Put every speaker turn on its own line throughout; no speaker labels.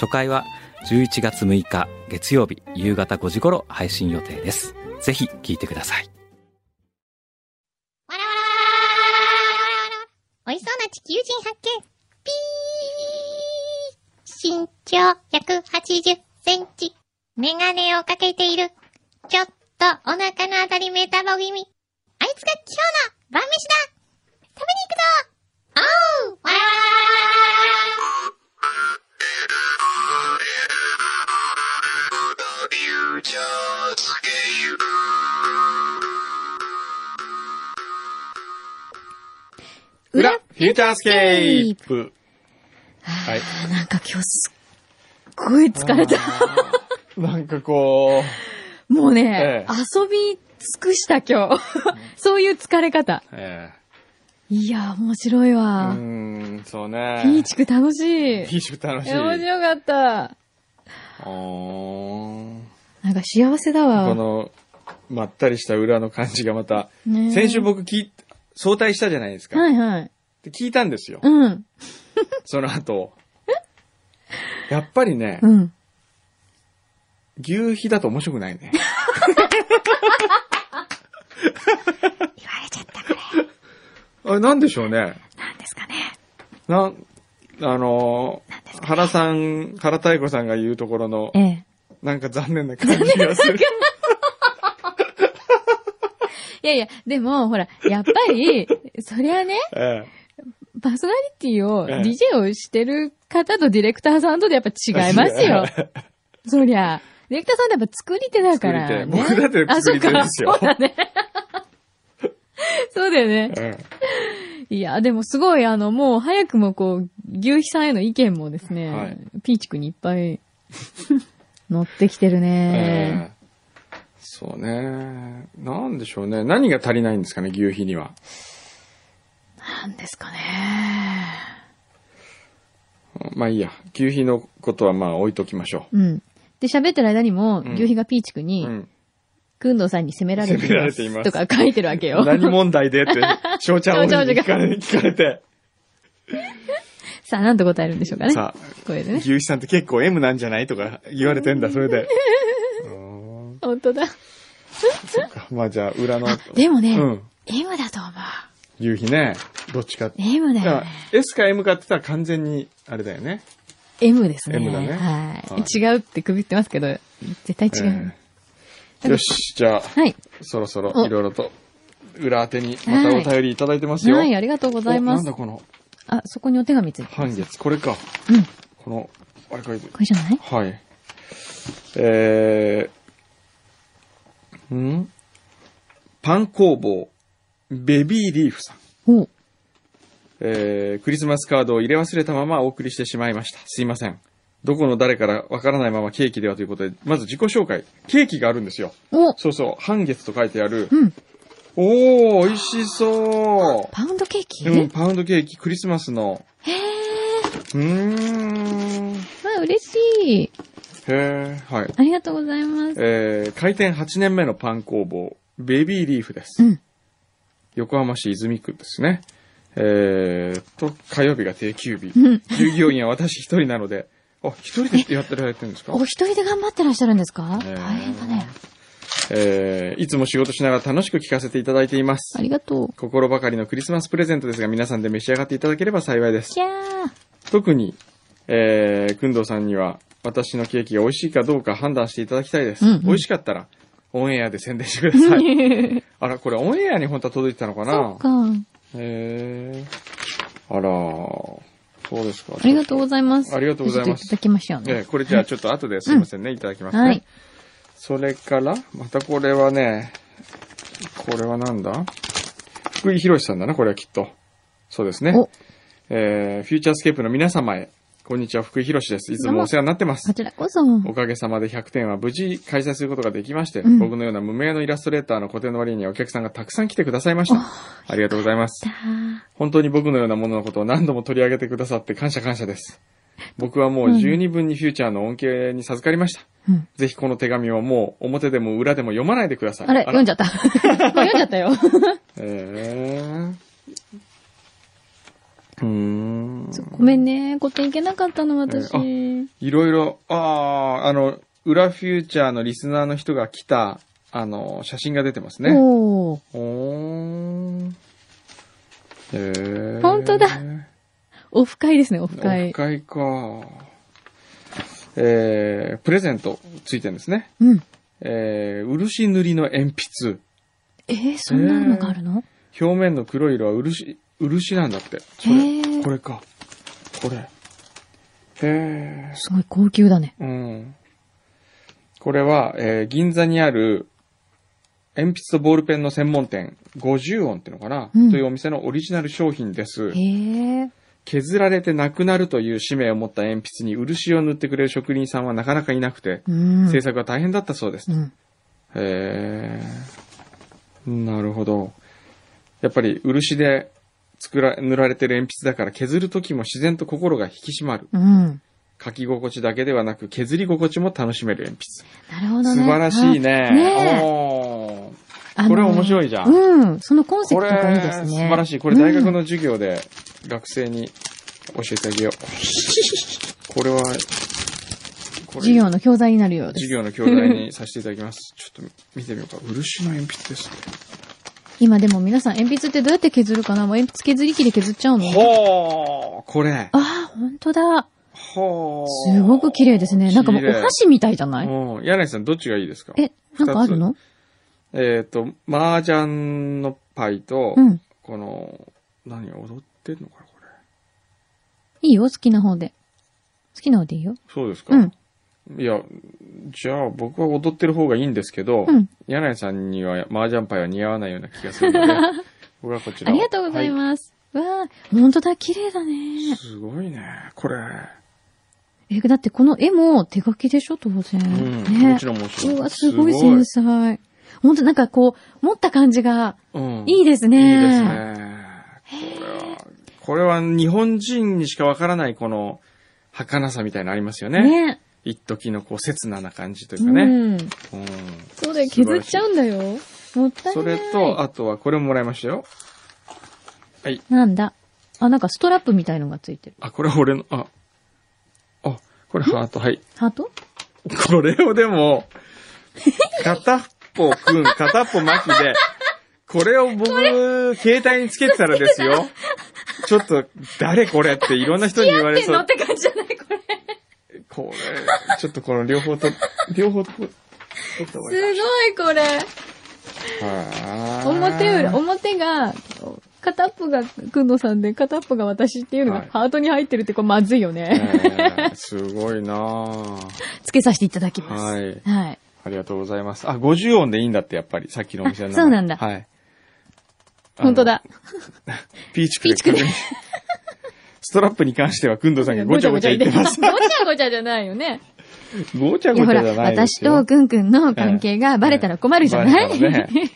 初回は11月6日月曜日夕方5時頃配信予定ですぜひ聞いてください
美味しそうな地球人発見。ピー身長180センチ。メガネをかけている。ちょっとお腹のあたりメタボ気味。あいつが今日の晩飯だ食べに行くぞおうわらわらわらわらわら
裏フューチャースケープ。はい。
あなんか今日すっごい疲れた。
なんかこ
もう
ええ
ね、遊び尽くした今日。 そういう疲れ方。
う、え
いや、面白い
えう
わ。
ーん、そうね。
ピーチク楽しい。
ピーチク楽しい。
面白かった。
おーん
なんか幸せだ
こ
わ。
の、まったりした裏の感じがまた、
ねえ
先週僕聞い、早退したじゃないですか。
はいはい。
で聞いたんですよ。
うん。
その後。やっぱりね、
うん。
牛皮だと面白くないね。
言われちゃった、これ。
あれ、なんでしょうね。
なんですかね。
なん、あのー、原さん、原太子さんが言うところの
え、え。
なんか残念な感じがする。
いやいや、でも、ほら、やっぱり、そりゃね、
ええ
パーソナリティを、
ええ
DJ をしてる方とディレクターさんとでやっぱ違います よ。そりゃ。ディレクターさんってやっぱ作り手だから、
作
ね。
り手僕だって作り手ですよ
あ、そうか。そうだね。 そうだよね。
うん
いや、でもすごい、あの、もう早くもこう、牛肥さんへの意見もですね、
はい
ピーチクにいっぱい 乗ってきてるね。
ええそうね。なんでしょうね。何が足りないんですかね、牛皮には。
なんですかね。
まあいいや。牛皮のことはまあ置いときましょ
うん。で、喋ってる間にも、
ん
牛肥がピーチク
う。
に、
うん。
くんどうさんに責められてい
責めら
ま
れています
す。とか書いてるわけよ。
何問題 でって、翔ちゃん王子に聞かれ聞かれて。
さあ、なんと答えるんでしょうかね。
さあ、
これでね。
牛皮さんって結構 M なんじゃないとか言われてんだ、それで。うーん
本当だ。
そっかまあじゃあ、裏の。
でもね、
うん
M だと思う。
牛皮ね。どっちか。
M
だ
だ
か
よ
ら
ね。、
S か M かって言ったら完全に、あれだよね。
M ですね。
M だね
はい、
はい
違うって首振ってますけど、絶対違う。
ええよし、じゃあ。
はい。
そろそろ
お
いろいろと裏当てにまたお便りいただいてますよ。
はい、ありがとうご
お
ざいま
なん
す
だ。この
あ、そこにお手紙ついてま
半
す。
月、これか。
うん。
この、あれかいて
これじゃない
はい。えー、んパン工房、ベビーリーフさん。
おう
えー、クリスマスカードを入れ忘れたままお送りしてしまいました。すいません。どこの誰からわからないままケーキではということで、まず自己紹介。ケーキがあるんですよ。
お
そうそう、半月と書いてある。
うん。
おー、美味しそう。
パウンドケーキ、
うん、パウンドケーキ、クリスマスの。
へえ。
うーん。へ
まあ、嬉しい。
え、はい。
ありがとうございます。
えー、開店8年目のパン工房、ベビーリーフです。
うん
横浜市泉区ですね。えー、と、火曜日が定休日。
うん。
従業員は私一人なので、あ、一人でやってられてるんですか
お一人で頑張ってらっしゃるんですか、
え
大変だね。
えー、いつも仕事しながら楽しく聞かせていただいています
あ。りがとう。
心ばかりのクリスマスプレゼントですが、皆さんで召し上がっていただければ幸いです
キ。ャー。
特に、えー、くんどうさんには、私のケーキが美味しいかどうか判断していただきたいです。
うんうん
美味しかったら、オンエアで宣伝してください。 あら、これオンエアに本当は届いてたのかな
そうか。
へー。あら、そうですか。
ありがとうございます。
ありがとうございます
ちょっといただきましょう
え
ね。
ーこれじゃあちょっと後ですいませんね、いただきますね。
はい。
それから、またこれはね、これはなんだ福井博さんだな、これはきっと。そうですね。
お、
えー、フューチャースケープの皆様へ、こんにちは、福井博です。いつもお世話になってます
こ。ちらこそ。
おかげさまで100点は無事開催することができまして、
うん
僕のような無名のイラストレーターの個展の割にはお客さんがたくさん来てくださいました。ありがとうございます。本当に僕のようなもののことを何度も取り上げてくださって感謝感謝です。僕はもう十二分にフューチャーの恩恵に授かりました。
うん
ぜひこの手紙をもう表でも裏でも読まないでください。
あれ、読ん じゃった。もう読んじゃったよ。
えーうーん。
そう ごめんね。こていけなかったの、私。
えいろいろ、ああ、あの、裏フューチャーのリスナーの人が来た、あの、写真が出てますね。
おー。
おーん。えー、
本当だオフ会ですね、オフ
オ
会。
フ会か。えー、プレゼントついてるんですね。
うん。
えー、漆塗りの鉛筆。
えー、そんなのがあるの、
表面の黒い色は漆、漆なんだって。そ
へ
れ、
ー
これか。これ。へ
すごい高級だね。
ー。うん。これは、えー、銀座にある、鉛筆とボールペンの専門店、50音っていうのかな、
うん
というお店のオリジナル商品です。
へえ。
削られてなくなるという使命を持った鉛筆に漆を塗ってくれる職人さんはなかなかいなくて、
うん。
制作は大変だったそうです。
うん。
へえ。なるほど。やっぱり漆で作ら、塗られてる鉛筆だから削る時も自然と心が引き締まる。
うん。
書き心地だけではなく削り心地も楽しめる鉛筆。
なるほどね。
素晴らしいね。
あねえ
おー
あのー
これ面白いじゃん
うん。そのコンセ
こ
プト
れ、
がいいですね。
素晴らしい。これ大学
うん
の授業で学生に教えてあげよう。 これは、これ
授業の教材になるようです。
授業の教材にさせていただきます。ちょっと見てみようか。漆の鉛筆ですね。
今でも皆さん鉛筆ってどうやって削るかなもう鉛筆削り器で削っちゃうの
ほーこれ。
ああ、ほんとだ。
ほー。
すごく綺麗ですね。なんかもうお箸みたいじゃない
うん。柳井さん、どっちがいいですか
え、なんかあるの
えっ、と、麻雀のパイと、
うん。
この、何踊ってんのかな、これ。
いいよ、好きな方で。好きな方でいいよ。
そうですか、
うん。
いや、じゃあ僕は踊ってる方がいいんですけど、
うん
柳井さんには麻雀パイは似合わないような気がする ので、僕はこちら
あ
を。
りがとうござい
は
ます。わあ、ほんとだ、綺麗だね。
すごいね、これ。
え、だってこの絵も手書きでしょ、当然。
うん。
ね
もちろんもちろん。
うわ、すごい繊細。ほんとなんかこう、持った感じが
うん。
いいですね。
いいですね。これは、これは日本人にしかわからないこの、儚さみたいなのありますよね。
ね。
一時のこう、切なな感じという
う
かね。
ん。
うん。
そうだよ、削っちゃうんだよ。もったいな
そ
い。
れと、、あとはこれももらいましたよ。
なんだ。あ、なんかストラップみたいのがついてる。
あ、これは俺の、あ、あ、これハート、はい。
ハート
これをでも、片っぽくん、片っぽまきで、これを僕、携帯につけてたらですよ。ちょっと、誰これっていろんな人に言われ
え、
そ
のっ
う。
て感じじゃないこれ。
これ、ちょっとこの両方と、両方と、取った方がいい
すごい、これ。
はあ
表裏、表が、片っぽがくんのさんで、片っぽが私っていうの
は
が
い
ハートに入ってるって、これまずいよね。
えーすごいなあ
つけさせていただきます。
は
はい。
い。ありがとうございます。あ、50音でいいんだって、やっぱり、さっきのお店の名前。
あそうなんだ
はい。
本当だ。
ピーチクで確認。 ストラップに関しては、くんどさんがごちゃごちゃ言ってます。
ごちゃごちゃじゃないよね。
ごちゃ
い
ごち
や、ほ
ゃ
ら、
じゃないで
私
すよ。
とくんくんの関係がバレたら困るじゃな
ええ
い
バレたらね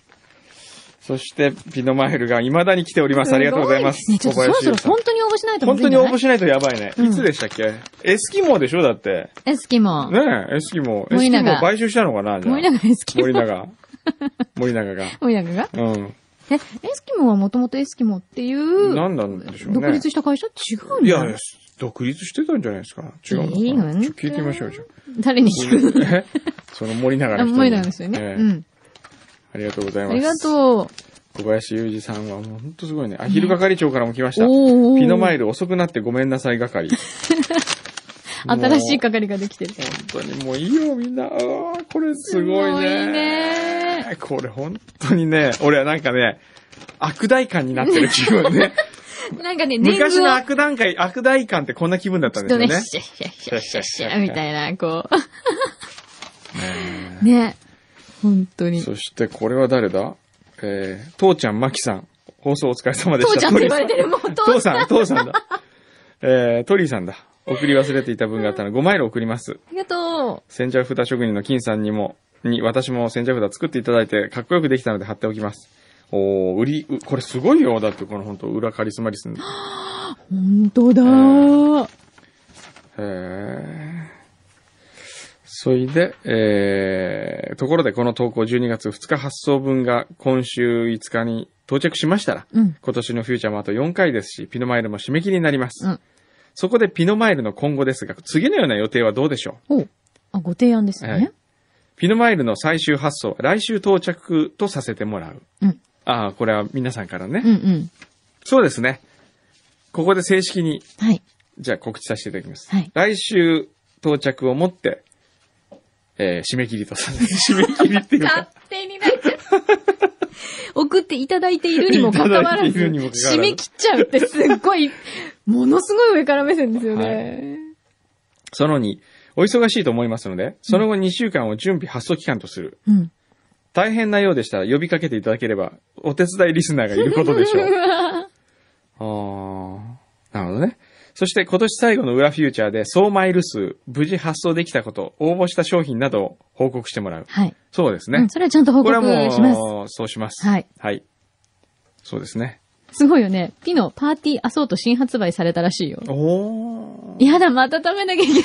そして、ピノマイルが未だに来ております。ありがとうございます。
ね、ちょっとそろそろ
小林優さん
本当に応募しないとま
本
ずい
当に
んじゃ
応
ない
募しないとやばいね。
うん
いつでしたっけエスキモーでしょだって。
エスキモ。
ねえ、エスキモー。エスキ
森
モ
永
ー買収したのかなじゃあ。
森永エスキモ
森。 永。森永が。
森永が
うん。
え、エスキモはもともとエスキモっていう、
何なんでしょうね。
独立した会社違うん
い
だ
や
よ。、
独立してたんじゃないですか。違うの
いい
か
わ
な
ね
ちょっと聞いてみましょうじゃ
誰に聞く
あ。えその森永の
あ、
人に。
森永ですよね。
ええ
うん。
ありがとうございま
あ
す。
りがと
小林裕二さんはもう本当すごいね。アヒル係長からも来まし
う。
た。
おお。
ピノマイル遅くなってごめんなさい係。
新しい
か。
係ができてる。
本当にもういいよみんな。あーこれすごいね。
すごいね
これ本当にね、俺はなんかね、悪大官になってる気 分ね。
なんかね、年
昔
貢
の
を、
悪段階、悪大官ってこんな気分だったん
きっ
です
と
よ
ね、
ね
シ。ャッシャッシャッシャッシャッみたいな、こ
ね
う。ね。本当に。
そしてこれは誰だえー、父ちゃんまきさん。放送お疲れ様でし
父
た。
ちゃんって言われてる、もう
トリー
父さん。
さん。父さん、父さんだ。えー、トリーさんだ。送り忘れていた分があったら5マイル送ります。
ありがと
千社札職人の金さんにも、に、私も千社札作っていただいて、かっこよくできたので貼っておきます。おー、売り、うこれすごいよ。だってこの本当裏カリスマリスン。へ
う。本当だー。
ー。そいで、えー、ところでこの投稿12月2日発送分が今週5日に到着しましたら、
うん。
今年のフューチャーもあと4回ですし、ピノマイルも締め切りになります。
うん
そこでピノマイルの今後ですが、次のような予定はどうでしょう
おうあ、ご提案ですね。
はいピノマイルの最終発送は来週到着とさせてもらう。
うん
ああ、これは皆さんからね。
うんうん。
そうですね。ここで正式に、
はい。
じゃあ告知させていただきます。
はい
来週到着をもって、えー締め切りとさ せて、締め切りっていう
勝
か、
手になっちゃう。送っていただいているにもかかわら
いただいて
ず、
いるにもかかわらず
締め切っちゃうってすっごい、ものすごい上から目線ですよね。
その2、お忙しいと思いますので、その後2週間を準備発送期間とする。
うん。
大変なようでしたら呼びかけていただければ、お手伝いリスナーがいることでし ょう。あーなるほどね。そして今年最後の裏フューチャーで総マイル数、無事発送できたこと、応募した商品などを報告してもらう。
はい。
そうですね。
うん、それはちゃんと報
こ
告
れは
します。
もう、そうします。
はい。
はい。そうですね。
すごいよね。ピノ、パーティーアソート新発売されたらしいよ。
おー。
やだ、また食べなきゃいけない。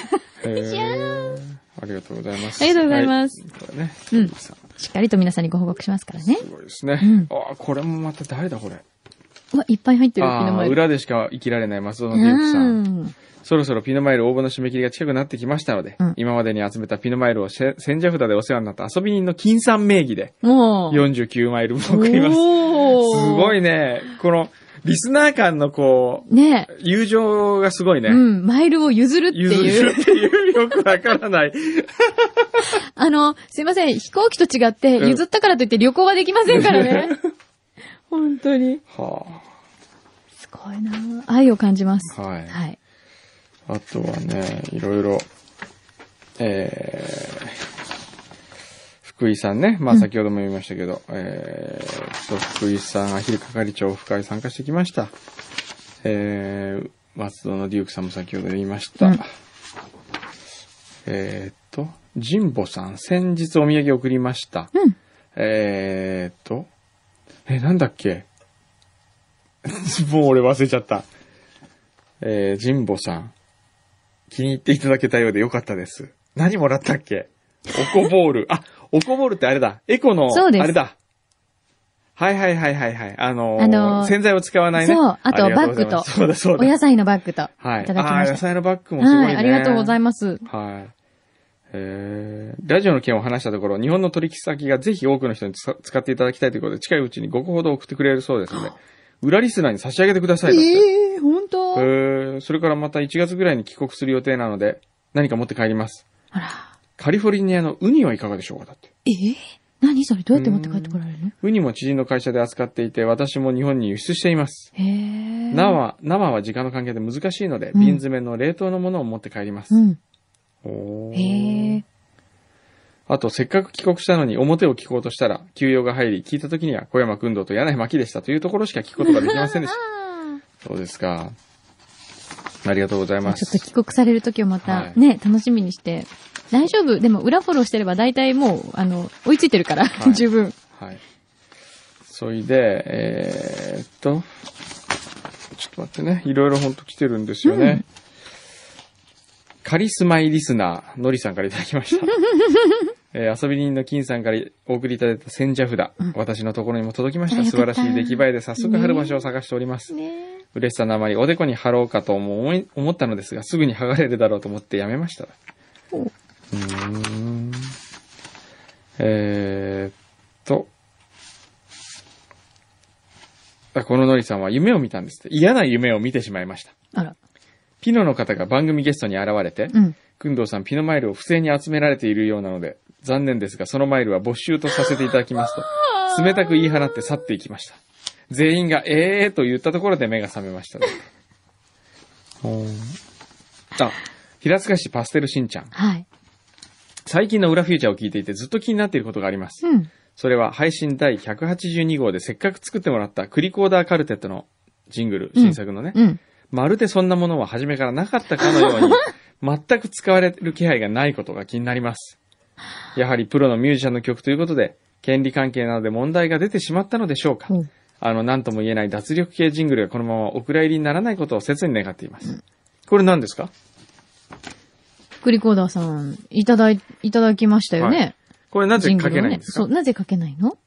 へーありがとうございます。
ありがとうございます
はい、これね。
うん
さ
しっかりと皆さんにご報告しますからね
す。ごいですね。
うん
あーこれもまた誰だこれ。
うわ、いっぱい入ってる、ピノ
あ
マ
ー
イル。
裏でしか生きられない松尾のディープさん。
うん
そろそろピノマイル応募の締め切りが近くなってきましたので、
うん
今までに集めたピノマイルをせ千社札でお世話になった遊び人の金さん名義で
もう。
49マイル分送ります。すご
い。
いね。この、リスナー間のこう、
ね
友情がすごいね。
うん、マイルを譲るって
譲
いう
る。っていうよくわからない。
あの、すいません、飛行機と違って、
うん
譲ったからといって旅行はできませんか らね。本当に。
は
すごいなぁ愛を感じます。
あ、はい。
はい。
あとはね、いろいろ、えー、福井さんね、まあ先ほども言いましたけど、えーと、福井さん、アヒル係長オフ会参加してきました。えー、松戸のデュークさんも先ほど言いました。
うん
えーと、ジンボさん、先日お土産送りました。
うん
えーと、え、なんだっけ もう俺忘れちゃった。えー、ジンボさん。気に入っていただけたようでよかったです。何もらったっけおこボール。あ、おこボールってあれだ。エコの、
そ
あ
うです
れだ。はいはいはいはいはい。あのー
あのー
洗剤を使わないね。
そうあと
りがうございます
バッグと
そうだそう
お
だ。
野菜のバッグと、
はい。
いただきま
あー
し
野
た。
菜のバッグもすごいね。
はい、ありがとうござい
ま
ます。
す。はい。えー、ラジオの件を話したところ、日本の取引先がぜひ多くの人につ使っていただきたいということで、近いうちに5個ほど送ってくれるそうですので、裏リスナーに差し上げてくださいだって。
ええー、本当
えー、それからまた1月ぐらいに帰国する予定なので、何か持って帰ります。
あら。
カリフォルニアのウニはいかがでしょうかだって。
えー、何それどうやって持って帰ってこられるの
ウニも知人の会社で扱っていて、私も日本に輸出しています。
へえ。
生は、生は時間の関係で難しいので、
うん
瓶詰めの冷凍のものを持って帰ります。
うん。
おー
へえ。
あと、せっかく帰国したのに表を聞こうとしたら、休養が入り、聞いた時には小山君堂と柳井真紀でしたというところしか聞くことができませんでし
あ
た。そうですか。ありがとうござい
ー
ま
ちょっ
す
と。帰国される時をま
は
た
い
ね、楽しみにして。大丈夫。でも裏フォローしてれば大体もう、あの、追いついてるから、
はい
十分。
はい。そいで、えーっと、ちょっと待ってね。いろいろほんと来てるんですよね。カリスマイリスナー、のりさんからいただきま した。えー遊び人の金さんからお送りいただいた千社札、私のところにも届きまし
あ
た。
よ
素
か
晴
った
らしい出来栄えで早速
ね
貼る場所を探しております。
ね
嬉しさのあまりおでこに貼ろうかとも思い思ったのですが、すぐに剥がれるだろうと思ってやめました。
お
うーん。えー、っと。あこののりさんは夢を見たんですって。嫌な夢を見てしまいました。
あら。
ピノの方が番組ゲストに現れて、
うん。
くんどうさんピノマイルを不正に集められているようなので、残念ですが、そのマイルは没収とさせていただきますと、冷たく言い放って去っていきました。全員が、ええーと言ったところで目が覚めました。ほーあ、平塚市パステルしんちゃん。
はい。
最近の裏フューチャーを聞いていてずっと気になっていることがあります。
うん。
それは配信第182号でせっかく作ってもらったクリコーダーカルテットのジングル、新作のね。
うん。
まるでそんなものは初めからなかったかのよう に、全く使われる気配がないことが気になります。やはりプロのミュージシャンの曲ということで、権利関係などで問題が出てしまったのでしょうか。
うん
あの、なんとも言えない脱力系ジングルがこのままお蔵入りにならないことを切に願っています。これ何ですか
クリコーダーさん、いただい、いただきましたよね。
はこれなぜ
ジング
書
ル
け
を
ないん
ね。
ですか、
そう、なぜ書けないの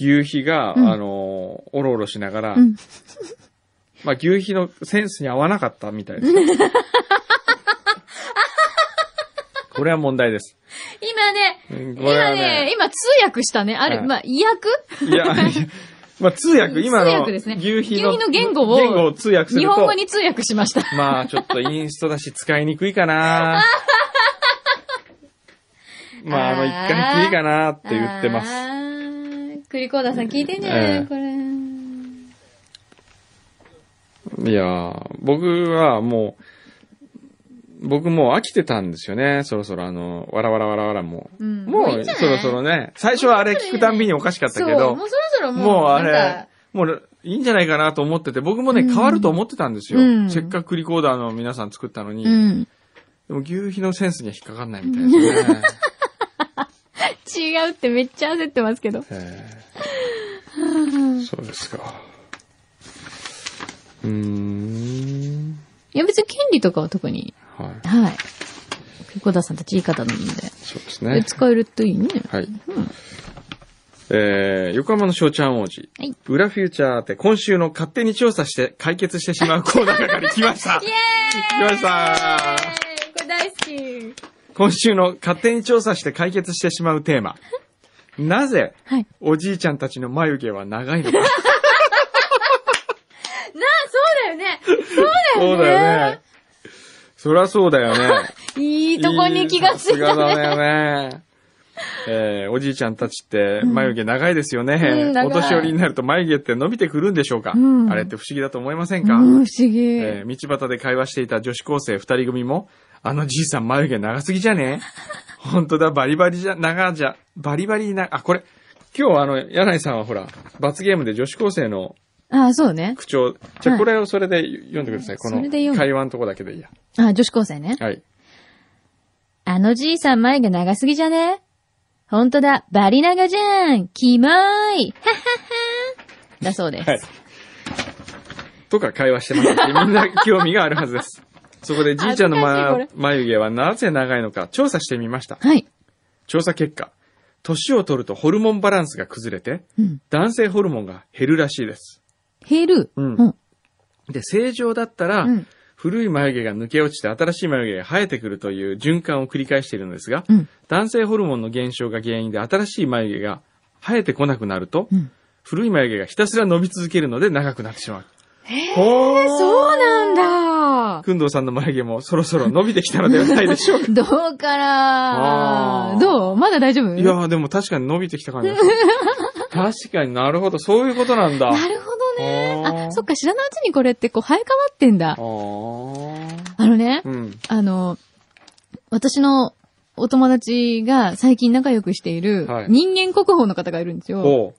牛皮が、
うん
あの、おろおろしながら、
うん
まあ、牛皮のセンスに合わなかったみたい です。これは問題です。
今ね、
うんこれ
今
は
ね、
ね、
今通訳したね。ある、
はい
まあ、意訳
いや、いやまあ、通訳、今
通
の
訳ですね
牛皮の
牛皮の言語を
言語を通訳する
日
と、
本語に通訳しました。
まあ、ちょっとインストだし使いにくいか な。まあ、あの、一回きりかなって言ってま
あ
す。
ークリコーダーさん聞いてね、
ええ
これ。
いやー僕はもう、僕もう飽きてたんですよね。そろそろあの、わらわらわらわらも。
うん
も
いいん
う
じゃない
そろそろね、最初はあれ聞くたんびにおかしかった
そう、
け
も
ど
う、そろそろもう、
もうあ
なんか
れ、もういいんじゃないかなと思ってて、僕もね、
うん
変わると思ってたんですよ。
うん
せっかくリコーダーの皆さん作ったのに、
うん。
でも牛皮のセンスには引っかかんないみたいですね。
違うってめっちゃ焦ってますけど。
えーそうですか。うーん。
いや別に権利とかは特に。
はい。
はい。クリコーダーさんたちいい方なので。
そうですね。
使えるといいね。
はい。えー、横浜の翔ちゃん王子。
はい
裏フューチャーって今週の勝手に調査して解決してしまうコーナー係来ました。
イエ
来
ーイ
ました
これ大好き。
今週の勝手に調査して解決してしまうテー マ。なぜ、
はい。
おじいちゃんたちの眉毛は長いの か。
なあ、そうだ よね。
そうだよね。そりゃそうだよね。
いいとこに気がつ
さ
いた
すが
ね。
だよね。 えー、おじいちゃんたちって眉毛長いですよね。
うん長い
お年寄りになると眉毛って伸びてくるんでしょうか、
うん
あれって不思議だと思いません
うん、不
か、
思議。
えー道端で会話していた女子高生二人組も、あのじいさん眉毛長すぎじゃね 本当だ、バリバリじゃ、長じゃ、バリバリな、あ、これ、今日あの、柳井さんはほら、罰ゲームで女子高生の
ああ、そうね。
口調、じゃ
は
あ
い
これをそれで読んでください。こ
それで読
の
む
会話のとこだけでいいや。
ああ、女子高生ね。
はい。
あのじいさん眉毛長すぎじゃねほんとだ、バリ長じゃんキモーいは っはっはだそうです。
はい。とか会話してますってみんな興味があるはずです。 そこでじいちゃんの、ま
恥ずかしいこ
眉毛はなぜ長いのか調査してみました。
はい。
調査結果、年を取るとホルモンバランスが崩れて、
うん。
男性ホルモンが減るらしいです。
減る。
うん
うん。
で、正常だったら、
うん
古い眉毛が抜け落ちて新しい眉毛が生えてくるという循環を繰り返しているのですが、
うん
男性ホルモンの減少が原因で新しい眉毛が生えてこなくなると、
うん
古い眉毛がひたすら伸び続けるので長くなってしまう。ほー
そうなんだ
くんどうさんの眉毛もそろそろ伸びてきたのではないでしょうか。
どうかな
あー
ど うまだ大丈夫
いやーでも確かに伸びてきた感じ がする確かになるほど、そういうことなんだ。
なるほどね。
あー
あ、そっか、知らないうちにこれってこう生え変わってんだ
あ。ー
あのね、
うん。
あの、私のお友達が最近仲良くしている
はい
人間国宝の方がいるんですよ。
ほ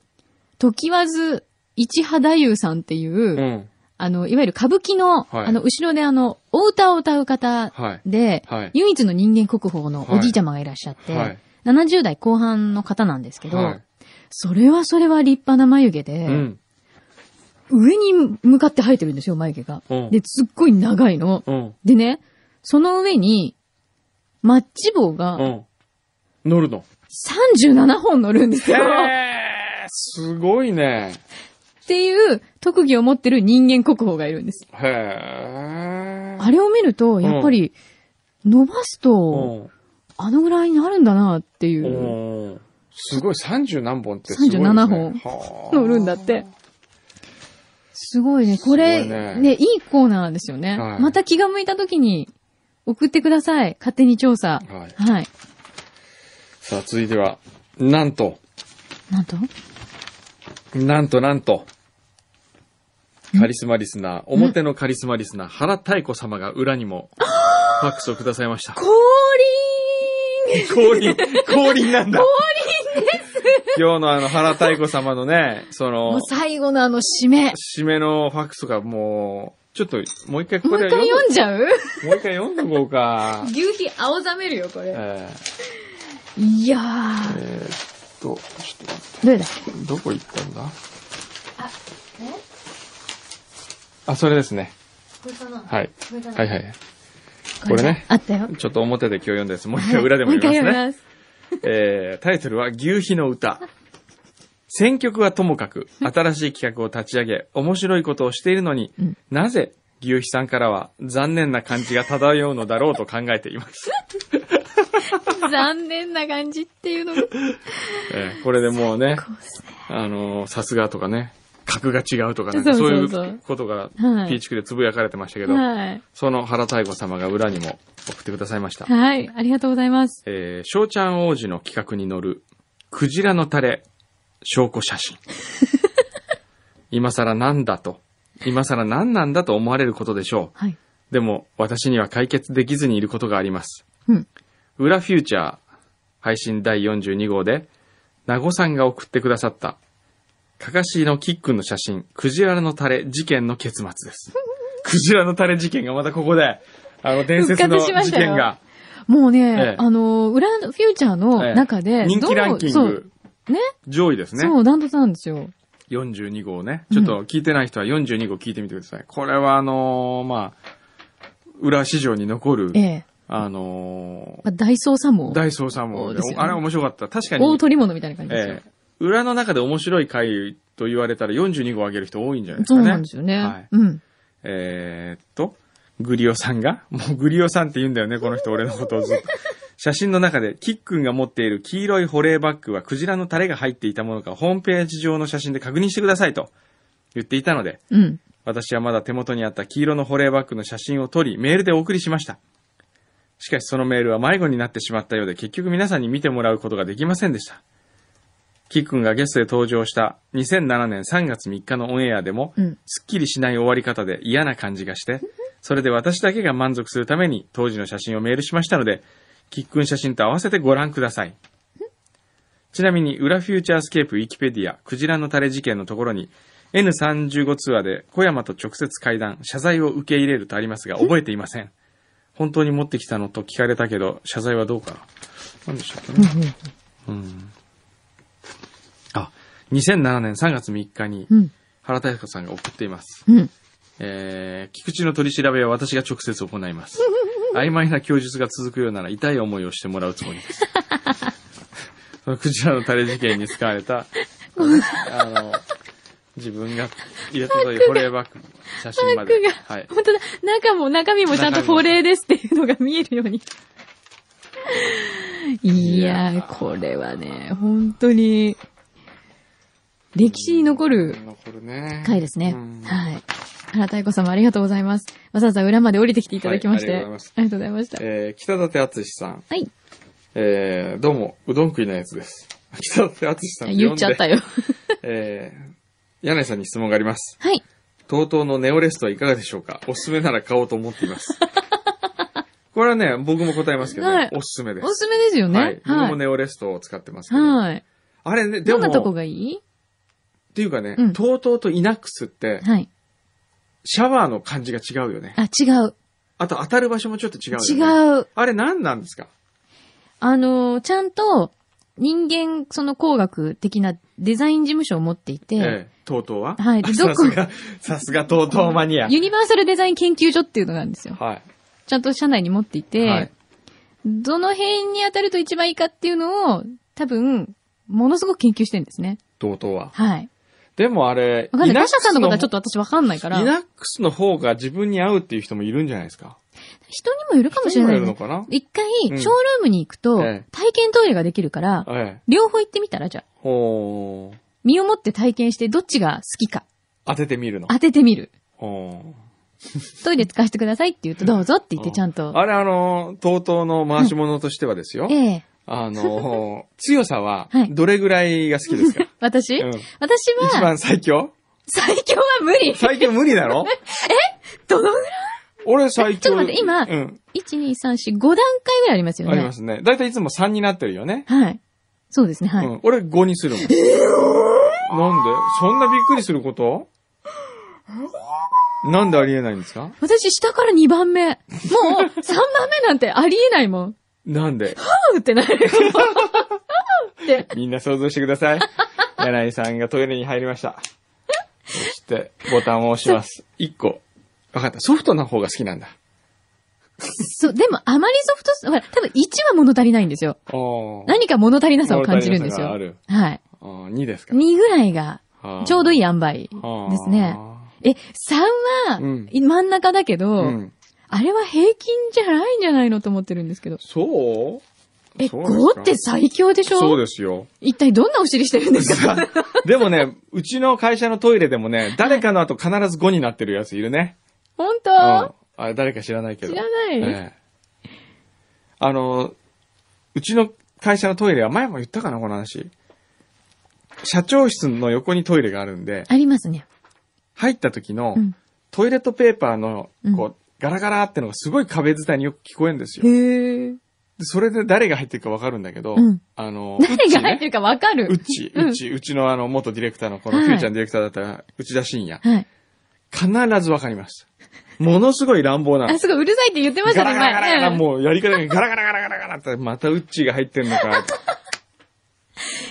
時わず市肌優さんっていう、
う。うん。
あの、いわゆる歌舞伎の、
はい
あの、後ろであの、お歌を歌う方
はい。
で、
はい
唯一の人間国宝のおじいちゃまがいらっしゃって、
はい。
70代後半の方なんですけど、
はい。
それはそれは立派な眉毛で、
うん。
上に向かって生えてるんですよ、眉毛が。
うん
で、すっごい長いの。
うん。
でね、その上に、マッチ棒が
うん。乗るの。
37本乗るんですよ。
えー、すごいね。
っていう特技を持ってる人間国宝がいるんです。
へえ。
あれを見ると、やっぱり、伸ばすと、
う
あのぐらいになるんだなってい
ん。
う、
うん。すごい、30何本ってすごいですね。
37本
はー
乗るんだって。すごいね。こ
す
れ、
ごいね
ねいいコーナーですよね。
はい
また気が向いた時に、送ってください。勝手に調査。
はい
はい。
さあ、続いては、なんと、
なんと
なんとなんと、カリスマリスナー、表のカリスマリスナー、原太子様が裏にも、ファックスをくださいました。
氷
降臨、降臨なんだ。降臨です今日のあの、原太子様のね、そ
も
の
う、最後のあの締め。
締めのファックスがもう、ちょっと、もう一回ここ
もう
で
一回
読
読んじゃう。
んもう一回読んでこうか
牛皮青ざめるよ、これ。
え
いや
ー、
ー。
えーっと、ちょっと待
どれだ
って、どこ行ったんだあ、それですね。
これかな
はい。
れかな
はいはい。これね
あったよ。
ちょっと表で今日読んだやつ、もう一回裏でも読みますね。
もう一回読みます。
えータイトルは牛皮の歌。選曲はともかく、新しい企画を立ち上げ、面白いことをしているのに、
うん
なぜ牛皮さんからは残念な感じが漂うのだろうと考えています。
残念な感じっていうのが。
えーこれでもうね、
こうっすね
あのーさすがとかね、格が違うとかなん
そう
か、
そ
そううい
そう
うことが、
はい
ピーチクでつぶやかれてましたけど、
はい。
その原太子様が裏にも送ってくださいました。
はい。ありがとうございます。
えー、翔ちゃん王子の企画に乗る、クジラのタレ、証拠写真。 今更なんだと、今更何なんだと思われることでしょ
はい。
う。でも、私には解決できずにいることがあります。
うん。
裏フューチャー、配信第42号で、名護さんが送ってくださった、かかしのキックンの写真、クジラのタレ事件の結末です。 クジラのタレ事件がまたここで、あの、伝説の
復活しまし
事
たよ
件が、
もうね、
ええ
あの、裏の、フューチャー
ええ
の中で、
人気ランキン
どの
グ、
そうね。
上位ですね。
そう、ダントツなんですよ。
42号ね。ちょっと聞いてない人は42号聞いてみてください。これはあのーまあ、裏市場に残る、
ええ。
あのー
まあ、ダイソーさんも、
大捜査も、
そうですよね
あれ面白かった。確か
大
に、
取り物みたいな感じですよ。
ええ裏の中で面白い回と言われたら42号上げる人多いんじゃないです
そ
か
う
ね。
なんですよね。
はい
うん。
えーっと、グリオさんが、 もうグリオさんって言うんだよね、この人、俺のことをずっと。写真の中で、キックンが持っている黄色い保冷バッグはクジラのタレが入っていたものか、ホームページ上の写真で確認してくださいと言っていたので、
うん。
私はまだ手元にあった黄色の保冷バッグの写真を撮り、メールでお送りしました。しかしそのメールは迷子になってしまったようで、結局皆さんに見てもらうことができませんでした。キックンがゲストで登場した2007年3月3日のオンエアでも、
うん
すっきりしない終わり方で嫌な感じがして、それで私だけが満足するために当時の写真をメールしましたので、キックン写真と合わせてご覧ください。ちなみに、裏フューチャースケープウィキペディア、クジラのタレ事件のところに、N35 ツアーで小山と直接会談、謝罪を受け入れるとありますが、覚えていません。本当に持ってきたのと聞かれたけど、謝罪はどうかな。何でしたっけね。うん。あ、2007年3月3日に
う、ん。
原太子さんが送っています。
うん。
えー、菊池の取り調べは私が直接行い ます。曖昧な供述が続くようなら痛い思いをしてもらうつもりです。そのクジラのタレ事件に使われ た、あの、自分が入れたという保冷バッグの写真
バ
ま
ッ
で
グが、。
はい。
本当だ、中も中身もちゃんと保冷ですっていうのが見えるように。いやー、これはね、本当に、歴史に残る
残るね。
回ですね
うん。
はい。原太子様ありがとうございます。わざわざ裏まで降りてきていただきまして。
はいありがとうございます
ありがとうございました。
えー、北舘敦さん。
はい。
えー、どうも、うどん食いのやつです。北舘敦さんって呼んで
言っちゃったよ。
えー、柳井さんに質問があります。
はい。
TOTO のネオレストはいかがでしょうかおすすめなら買おうと思ってい ます。これはね、僕も答えますけどね、
はい
おすすめです。
おすすめですよね。
はい。僕も
は
ネオレストを使ってますけ
い。
ど。
はい。
あれね、で
どん
も、
なとこ
っ
がいい
ていうかね、
うん
TOTO とイナックスって、
はい。
シャワーの感じが違うよね。
あ、違う。
あと当たる場所もちょっと違うよ、ね。う。
違う。
あれ何なんですか
あのー、ちゃんと、人間、その工学的なデザイン事務所を持っていて、
ええ、TOTO は
はい
あ
でどこ
さすが、さすが TOTO マニア。
ユニバーサルデザイン研究所っていうのがあるんですよ。
はい。
ちゃんと社内に持っていて、
はい
どの辺に当たると一番いいかっていうのを、多分、ものすごく研究してるんですね。
TOTO は。
はい。
でもあれ、
わかんない。
イナッ
他
ク
社
ス
さんのことはちょっと私わかんないから、
イ
人に
ナックスの方が自分に合うっていう人もいるんじゃないですか。
もよるかもしれな
人
い
に
ね、
もよるのかな
一回、ショ
うん
ールームに行くと、
ええ
体験トイレができるから、
ええ。
両方行ってみたら、じゃあ。
ほう。
身をもって体験して、どっちが好きか、
当ててみるの。
当ててみる。
ほ
トイレ使わせてくださいって言うと、どうぞっ
う
て言ってちゃんと。
あれ、あの、TOTO の回し物としてはですよ。
ええ
あの、強さは
は、い
どれぐらいが好きです か、
私、
うん
私
一
は、
番最強
最強は無理。
最強無理だろ
どのぐらい
俺最強。
ちょっと待って今
うん。
1、2、3、4、5段階ぐらいありますよね。
ありますね。だいたいいつも3になってるよね。
はい。そうですね、はい。
うん。俺5にするもん。なんでそんなびっくりすることなんでありえないんですか
私、下から2番目。もう、3番目なんてありえないもん。
なんで
ふーってな る。
みんな想像してくだ さい。柳井さんがトイレに入りました。そして、ボタンを押します。1個。わかった。ソフトな方が好きなんだ。
そう、でも、あまりソフトす、ほら、多分1は物足りないんですよ。
おー
何か物足りなさを感じるんです
物
よ
足。りなさ
はい。
がある。あ2ですか。
2ぐらいが、ちょうどいい
や
塩梅ですね。え、3は、
うん
真ん中だけど、
うん。
あれは平均じゃないんじゃないのと思ってるんですけど。
そう
え、
そうなんです
5
か
って最強でしょ
そうですよ。
一体どんなお尻してるんですか
でもね、うちの会社のトイレでもね、誰かの後必ず5になってるやついるね。
本
うん。
当
あれ誰か知らないけど。
知らない、
ええあの、うちの会社のトイレは前も言ったかな、この話。社長室の横にトイレがあるんで、
ありますね。
入った時の
うん
トイレットペーパーの
うん、
こう、ガラガラってのがすごい壁伝いによく聞こえるんですよ。
へえ。
でそれで誰が入ってるかわかるんだけど、
うん
あの、
誰が入ってるかわかる。
うち、
うん
うち、うちのあの、元ディレクターの、この、
はい
フューちゃんディレクターだったら、内田信也。
はい。
必ずわかりました。ものすごい乱暴なの
あ、。すごい、うるさいって言ってまし
ガ
たね、
ラガラガラガラ、
前。うん
もうやり方がガラガラガラガラガラって、またウッチーが入ってんのか、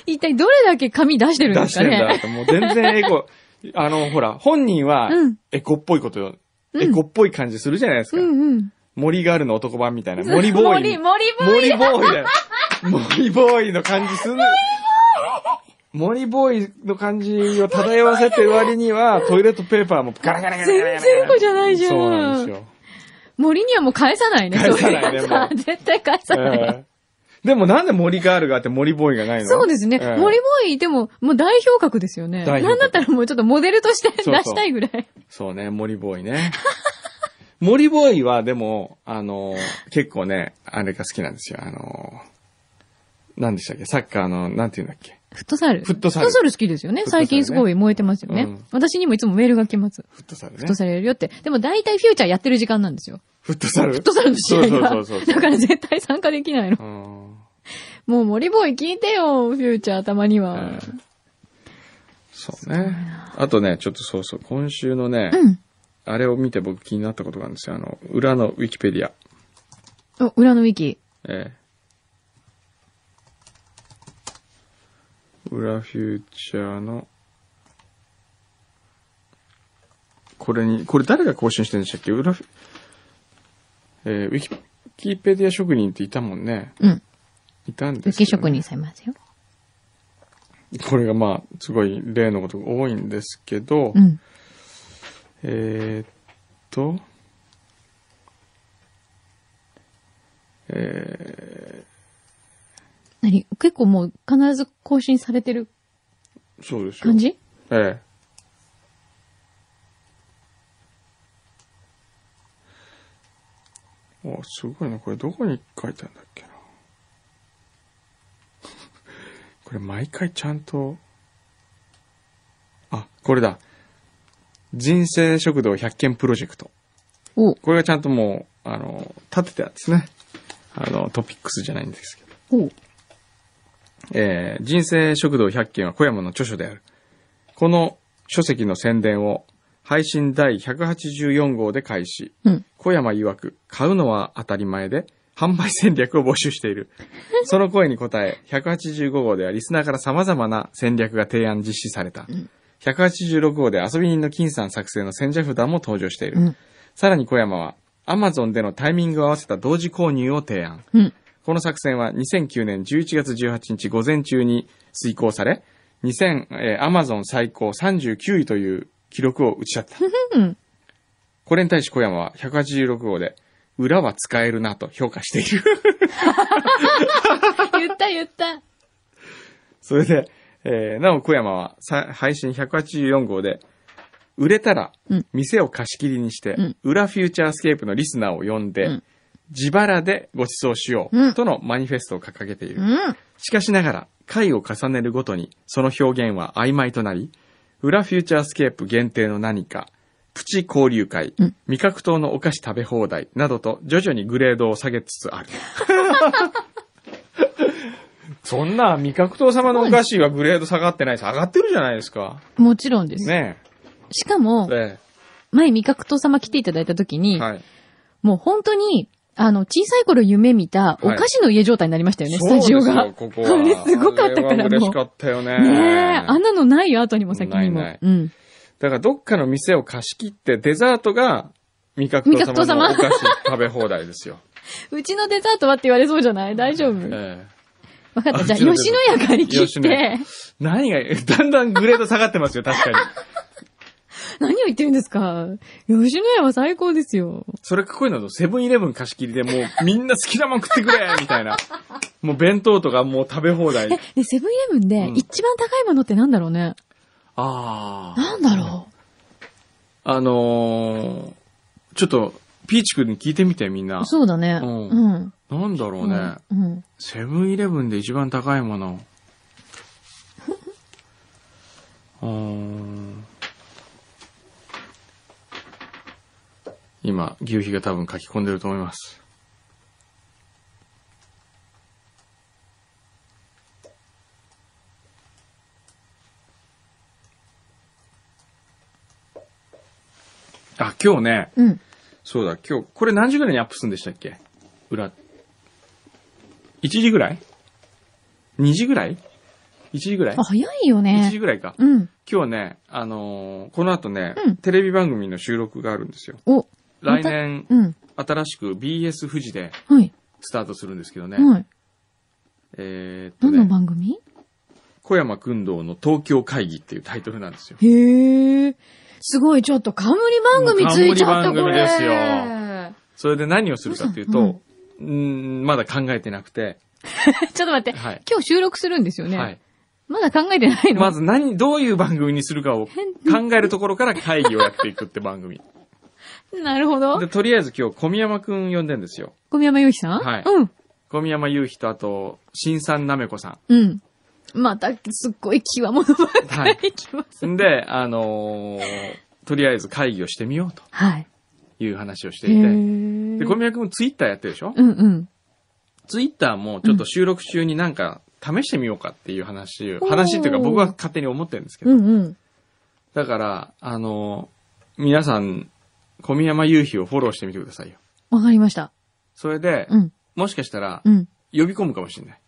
一体どれだけ紙出してるんで
出
す
し
か
てんだ
ね。
って、もう全然エコ、あの、ほら、本人は
うん、
エコっぽいことよ。
うん
エコっぽい感じするじゃないです
う
か。
んうん。
森ガールの男版みたいな。森ボー
森、
イ。
森ボーイ。
森ボーイだよ。森ボーイの感じすんの。森ボーイの感じを漂わせてる割に は、トイレットペーパーもガラガラガラガラガラ。
全然エコじゃないじゃん
そうなんですよ。
森にはもう返さないね、
返さないね
そううやつは
もう
絶対返さない。
ええでもなんで森ガールがあって森ボーイがないの
そうですね。
ええ
森ボーイ、でも、もう代表格ですよね。
代表
なん
格
だったらもうちょっとモデルとして出
そう
したいぐらい。
そうね、森ボーイね。森ボーイはでも、あの、結構ね、あれが好きなんですよ。あの、何でしたっけサッカーの、なんて言うんだっけ
フットサル。
フットサル
フットサル好きですよ
フ
ね。
ットサル
最
ね
近すごい燃えてますよね。
うん
私にもいつもメールが来ます。
フットサル
フッ
ね
ト。サルやるよって。でも大体フューチャーやってる時間なんですよ。
フットサル
フットサルの試合が。
そうそうそうそう
だから絶対参加できないの。
うん
もう森ボーイ聞いてよ、フューチャーたまには。
ええそうね。あとね、ちょっとそうそう、今週のね、
うん。
あれを見て僕気になったことがあるんですよ。あの、裏のウィキペディア。
お、裏のウィキ。
ええ。裏フューチャーの、これに、これ誰が更新してるんでしたっけ裏フュ、えーウィキ、ウィキペディア職人っていたもんね。
うん。
いたんで
ウ
すけ
キ
ど
職
ね、
人さんいますよ。
これがまあ、すごい例のことが多いんですけど、
うん。
えーっと、え
何結構もう必ず更新されてる
ー、そうですよ。
感じ
ええ。お、すごいな。これどこに書いたんだっけな。 これ毎回ちゃんと、あ、これだ。人生食堂100件プロジェクト。
お、
これがちゃんともう、あの、立ててあるんですね。あの、トピックスじゃないんですけど。
お、
えー人生食堂100件は小山の著書である。この書籍の宣伝を配信第184号で開始。
うん。
小山曰く、買うのは当たり前で、販売戦略を募集している。その声に応え、185号ではリスナーから様々な戦略が提案実施された。186号で遊び人の金さん作成の戦者札も登場している。
うん
さらに小山は、Amazon でのタイミングを合わせた同時購入を提案。
うん。
この作戦は2009年11月18日午前中に遂行され、2000、えー、Amazon 最高39位という記録を打ち立て
うん
た。これに対し小山は186号で、裏は使えるなと評価してい る。
言った言った。
それで、えーなお小山はさ配信184号で、売れたら
うん
店を貸し切りにして、
うん
裏フューチャースケープのリスナーを呼んで、
うん
自腹でご馳走しよ
う
うんとのマニフェストを掲げている。
うん。
しかしながら、回を重ねるごとに、その表現は曖昧となり、裏フューチャースケープ限定の何か、プチ交流会、
うん
味覚糖のお菓子食べ放題などと徐々にグレードを下げつつある。 そんな味覚糖様のお菓子はグレード下がってないです。上がってるじゃないですか。
もちろんです。
ね
しかも
え。、え
前味覚糖様来ていただいた時
え
に、
はい。
もう本当に、あの、小さい頃夢見たお菓子の家状態になりましたよね、スタジオ
そう
が。
ですよここは。
あれすごかったから
あれは嬉
もう
しかったよね。
ねえ、あんなのないよ、後にも先にも。
ないない
うん。
だからどっかの店を貸し切って、デザートが味覚
味覚
糖
糖
様の
様
お菓子食べ放題ですよ。
うちのデザートはって言わ れそうじゃない大丈夫わ
ええ
かった。じゃあ、
うちのデザート
吉野家借り切
吉
っ
野
て
家、何が、だんだんグレード下がってますよ、確かに。
何を言ってるんですか吉野家は最高ですよ。
それかっこいいのと、セブンイレブン貸し切りでもうみんな好きなもん食ってくれみたいな。もう弁当とかもう食べ放題。あ
で、セブンイレブンで
うん
一番高いものってなんだろうね、
あ
なんだろ
あのー、ちょっと、ピーチ君に聞いてみてみんな
う。そうだね。
う
うんん。うん。
なんだろうね。
うん。
セブンイレブンで一番高いもの。 うーん。今、牛皮が多分書き込んでると思います。あ、今日ね、
うん。
そうだ、今日、これ何時ぐらいにアップするんでしたっけ裏。1時ぐらい ?2 時ぐらい ?1 時ぐらい
あ、早いよ
?1 時
ね。
ぐらいか。
うん。
今日ね、あのーこの後ね、
うん
テレビ番組の収録があるんですよ。
お、ま
来
た
年、
うん。
新しく BS 富士で
はい。
スタートするんですけどね。
はい。
えーっと
何の
ね、
番組
小山君堂の東京会議っていうタイトルなんですよ。
へえ。すごい、ちょっと冠番組ついちゃった、
もう
こ
冠
れ。
番組それで何をするかっていう
どう
と、うーん、まだ考えてなくて、
ちょっと待って。
はい。
今日収録するんですよね。
はい。
まだ考えてないの、
まず何、どういう番組にするかを考えるところから会議をやっていくって番 組。
なるほど
で、。とりあえず今日小宮山くん呼んでんですよ。
小宮山由紀さん
はい
うん。
小宮山雄飛とあと、新さんなめこさ
うん。また、すっごい際物ばっか り来ます。
ん。んで、あのーとりあえず会議をしてみようと
はい。
いう話をして
へ
い
え。
て。で、小宮くんツイッターやってるでしょ
うんうん。
ツイッターもちょっと収録中になんか試してみようかっていう話を、
おー
話っていうか僕は勝手に思ってるんですけ
う
ど。
んうん。
だから、あのー皆さん、小宮山雄飛をフォローしてみてくださいよ。
わかりました。
それで、
うん。
もしかしたら
う、ん。
呼び込むかもしれない。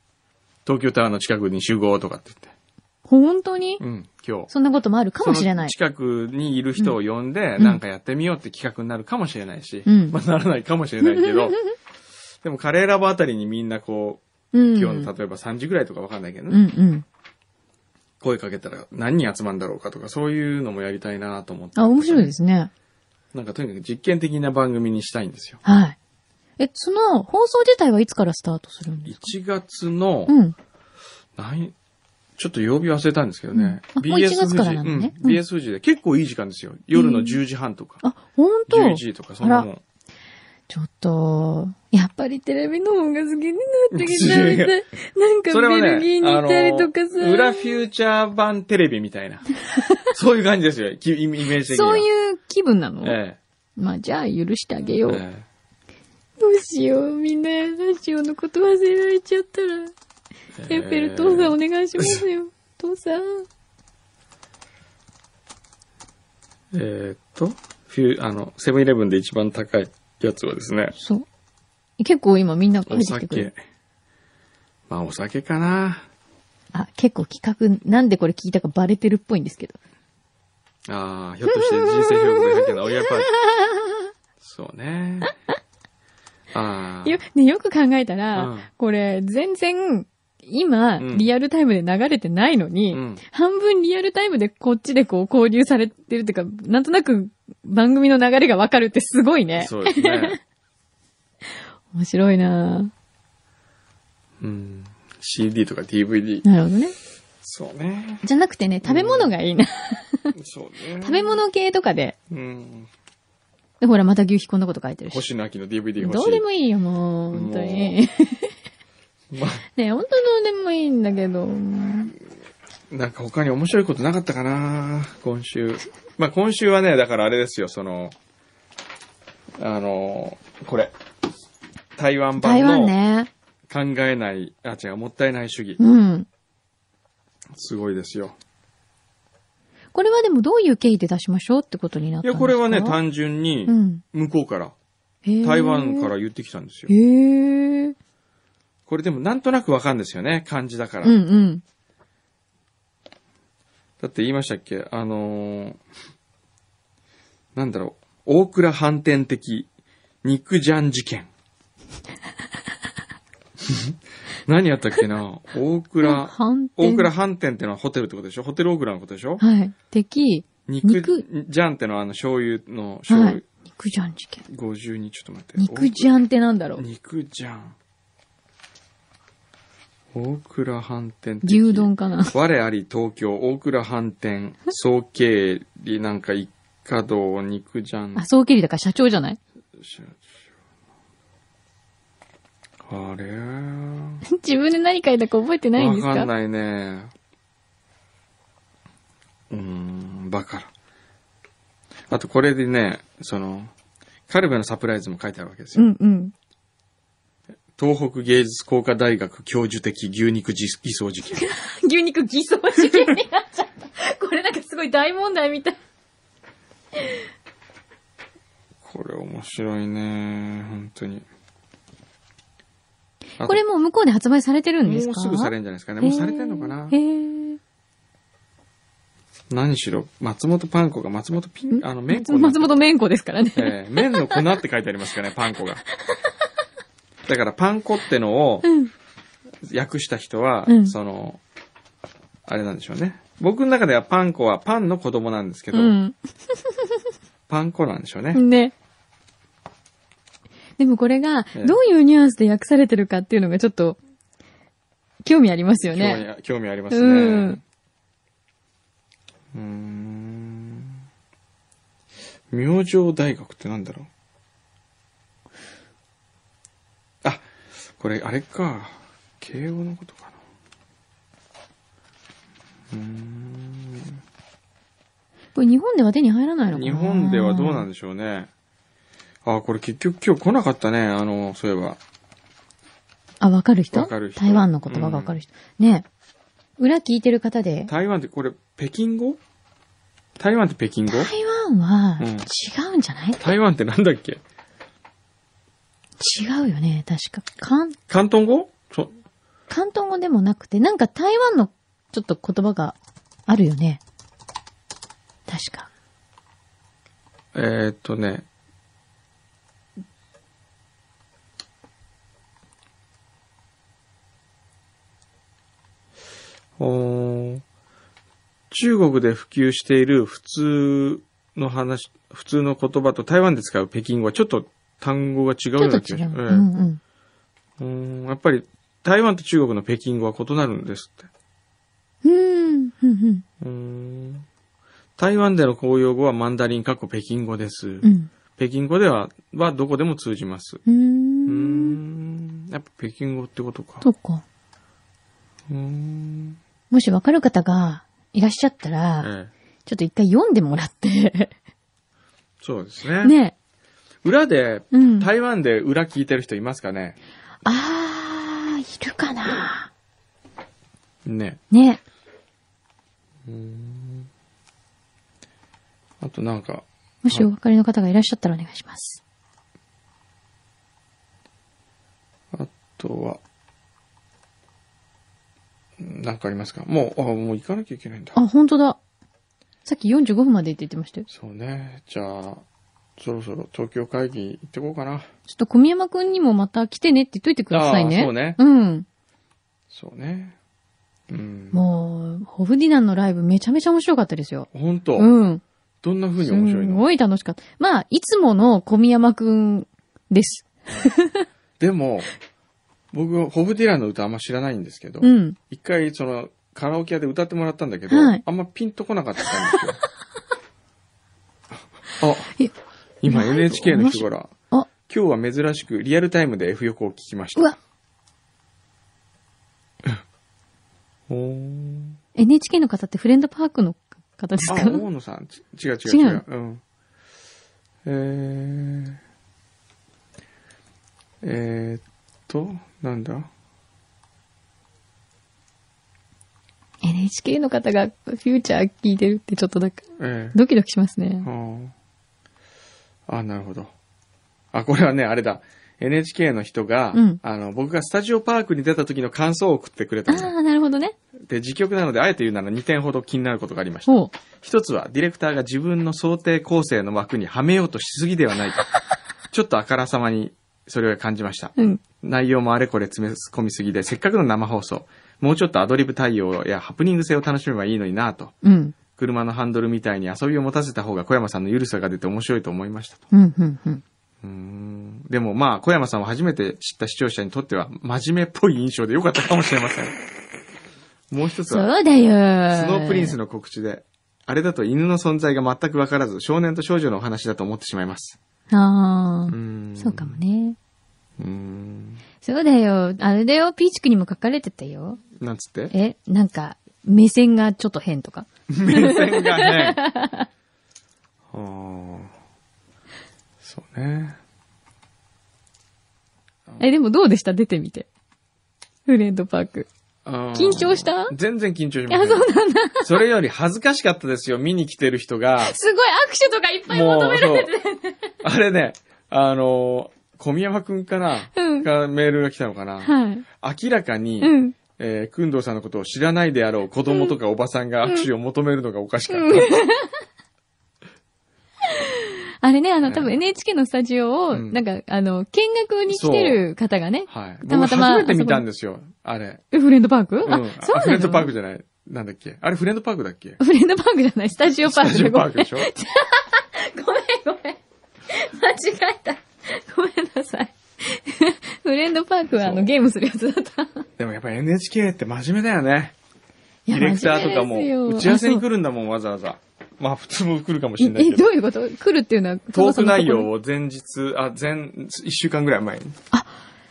東京タワーの近くに集合とかって言っ
本当に
て。うん、今日。
そんなこともあるかもしれない。
その近くにいる人を呼んで、
うん
なんかやってみようって企画になるかもしれないし、
うん
まあならないかもしれないけ ど、でもカレーラボあたりにみんなこ
う
う、
ん。
今日の例えば3時ぐらいとかわかんないけどね、
うんうん。
声かけたら何人集まるんだろうかとか、そういうのもやりたいなと思って。
あ、面白いですね。
なんかとにかく実験的な番組にしたいんですよ。
はい。え、その、放送自体はいつからスタートするんですか
1月の、
うん。
何ちょっと曜日忘れたんですけどね。
うんあもう1月からなのね
うん BS 富士で結構いい時間ですよ。夜の
うん
10時半とか。
あ、本当
11時とか、そんなもん。
ちょっと、やっぱりテレビの方が好きになってきたみたい。なんか
それは
ベルギ
ね
ー、に
あ
行
の
ったりとかさ。
ー、裏フューチャー版テレビみた いな。そういう感じですよ、きイメージ的には。
そう
う。
いう気分なの、
え
まあじゃあ許してあげ
え
よう。
え
どうしよう、みんなラジオのこと忘れられちゃったら。
え
エッフェル父さんお
ね。
願いします よ。父さん。
えーっと、フュー、あの、セブンイレブンで一番高いやつはですね、
そう。結構今みんな帰っ
お
てきてくれる
酒。。まあ、お酒かな。
あ、結構企画、なんでこれ聞いたかバレてるっぽいんですけど。
ああ、ひょっとして人生評価が入ってない。おやっぱり。そう ね。ああ。
よ、ね、よく考えたら、
うん
これ、全然、今、
うん
リアルタイムで流れてないのに、
うん
半分リアルタイムでこっちでこう交流されてるっていうか、なんとなく番組の流れがわかるってすごいね。
そうですね。
面白いな
うん。CD とか DVD
ぁ。。なるほどね。
そうね。
じゃなくてね、食べ物がい いな。
そうね。
食べ物系とかで。
うん。
でほら、また牛皮こんなこと書いてるし。
星野秋の DVD 欲しい。
どうでもいいよ、もう、本当に。
まあ、
ね本当どうでもいいんだけど。
なんか他に面白いことなかったかな今週。まあ、今週はね、だからあれですよ、その、あの、これ。台湾版
台
の
湾ね。
考えない、あ、違う、もったいない主義。
うん。
すごいですよ。
これはでもどういう経緯で出しましょうってことになっ
い
たん
や、
ですか
これはね、単純に
う、ん。
向こうから、
へー
台湾から言ってきたんですよ
へ。え。
これでもなんとなくわかるんですよね、漢字だから。
うんうん。
だって言いましたっけあのーなんだろう、大倉反転的、肉じゃん事件。 何やったっけな大倉、
反転。
大倉反転ってのはホテルってことでしょホテル大倉のことでしょ
はい。敵。
肉
肉
じゃんってのはあの醤油の醤
は
油
い。。肉じゃん事件。
52、ちょっと待って。
肉じゃんってなんだろう
肉じゃん。大倉反転的
牛丼かな
我あり東京、大倉反転、総経理なんか一家堂、肉じゃん。
あ、総経理だから社長じゃない
あれ
自分で何書いたか覚えてないん
わ
ですか
かんないね。うーん、バカら。あとこれでね、その、カルベのサプライズも書いてあるわけです
う
よ。
んうん。
東北芸術工科大学教授的牛肉自偽装事件。
牛肉偽装事件になっちゃった。これなんかすごい大問題みたい。
これ面白いね本当に。あと
これもう向こうで発売されてるんです
も
か
うすぐされるんじゃないですかね。もうされてんのかな
へー。
何しろ、松本パン粉が松本ピン、あの、麺粉になっ
松
て。
本麺子ですからね。
えー麺の粉って書いてありますからね、パン 粉が。だからパン粉ってのを、訳した人は、
うん
その、あれなんでしょうね。僕の中ではパン粉はパンの子供なんですけど、
うん。
パン粉なんでしょうね。
ね。でもこれが
ええ、
どういうニュアンスで訳されてるかっていうのがちょっと、興味ありますよね。
興味興味ありますね。
うん
うーん。明星大学ってなんだろうあ、これあれか。慶応のことかな。うーん。
これ日本では手に入らないのかな
日本ではどうなん
で
でしょうね。あ、これ結局今日来なかったね。あの、そういえば。
あ、わかる人
わかる人
台湾の言葉がわかる人。ね。裏聞いてる方で、
台湾ってこれ、北京語台湾って北京語
台湾は
うん
違うんじゃない、
台湾ってなんだっけ
違うよね、確か。関、
広東語そ
関東語でもなくて、なんか台湾のちょっと言葉があるよね。確か。
えーっとね。おー中国で普及している普通の話、普通の言葉と台湾で使う北京語はちょっと単語が違う
ち
よ
ょ
う
っ
な
と
気
違
がし
う。
ます
う
え
んうん。
えうーんやっぱり台湾と中国の北京語は異なるんですって。
うん、うん、うん。
うーん台湾での公用語はマンダリンかっこ北京語です。
うん。
北京語では、はどこでも通じます。
うー
うー
ん。
ん。やっぱ北京語ってことか。
そうか。
うーん。
もしわかる方がいらっしゃったら、
ええ。
ちょっと一回読んでもらって。
そうですね。
ね。
裏で、
うん。
台湾で裏聞いてる人いますかね
あー、いるかな
ね。
ね。
あとなんか、
もしお分かりの方がいらっしゃったらお願いします。
あとは、なんかありますかもう、あ、もう行かなきゃいけないんだ。
あ、本当だ。さっき45分までって言ってましたよ。
そうね。じゃあ、そろそろ東京会議行ってこうかな。
ちょっと小宮山くんにもまた来てねって言っといてくださいね。
あーそうね
うん。
そうね。うん。
もう、ホフディナンのライブめちゃめちゃ面白かったですよ。
本当、
うん。
どんな風に
す
面白いの
ごい楽しかった。まあ、いつもの小宮山くんです。
でも、僕はホブディランの歌あんま知らないんですけど、
うん。
一回そのカラオケ屋で歌ってもらったんだけど、
はい
あんまピンとこなかったんです よ。あ
え、
今
ライブ
NHK の人から、
あ、
今日は珍しくリアルタイムで F 横を聞きまし
う
た。
わ、
ほーん
NHK の方ってフレンドパークの方です
あ、
か
大野さん。ち違う違う違う。うん。えー、えー、っと、なんだ
?NHK の方がフューチャー聞いてるってちょっとなんか、
え
ドキドキしますね
ー、。はあ。あ、なるほど。あ、これはね、あれだ。NHK の人が、
うん
あの、僕がスタジオパークに出た時の感想を送ってくれ
あ
たの。
あ、なるほどね。
で、自局なので、あえて言うなら2点ほど気になることがありました。
ほう。
一つは、ディレクターが自分の想定構成の枠にはめようとしすぎではない か。ちょっとあからさまに、それを感じました。
うん。
内容もあれこれ詰め込みすぎで、せっかくの生放送、もうちょっとアドリブ対応やハプニング性を楽しめばいいのになぁと。
うん。
車のハンドルみたいに遊びを持たせた方が小山さんの緩さが出て面白いと思いましたと。
うん、うん、うん。
うーん。でもまあ、小山さんは初めて知った視聴者にとっては、真面目っぽい印象で良かったかもしれません。もう一つは、
そうだよー。
スノープリンスの告知で、あれだと犬の存在が全くわからず、少年と少女のお話だと思ってしまいます。
ああ
う、ーん
そうかも。ね。
うーん。
そうだよ。あれだよ、ピーチクにも書かれてたよ。
なんつ って
え、なんか、目線がちょっと変とか。
目線がね。はあ。そうね。
え、でもどうでした出てみて。フレンドパーク。
あー
緊張した
全然緊張しました。そうなんだ。それより恥ずかしかったですよ、見に来てる人が。
すごい握手とかいっぱい
もう、
求めら
そう
れて。
あれね、あの、小宮山くんかな、
うん
がメールが来たのかな、
はい。
明らかに、
うん。
えー、くんどうさんのことを知らないであろう子供とかおばさんが握手を求めるのがおかしかった。
あれね、あの、
ね
多分 NHK のスタジオを、
うん
なんか、あの、見学に来てる方がね、
はい。
たまたま
僕初めて見たんですよ、あれ。
えフレンドパーク、
うん
あ、そうなの
フレンドパークじゃない。なんだっけあれフレンドパークだっけ
フレンドパークじゃない、スタジオパーク
スタジオパークでしょ
ごめんごめん。 間違えた。ごめんなさい。 フレンドパークはあ
そ
の
う
ゲームするやつだった。い
でもやっぱ NHK って真面目だよね。デ
や
ィレクターとか
真面目
も、
ですよ
打ち合わせに
あ
来るんだもん、わざわざ。まあ、普通も来るかもし
そ
れ
う
ない
え、
け
ど
ど。
ういうこと来るっていうのは、
トーク内
を。
容を前日、あ、前、一週間ぐらい前に。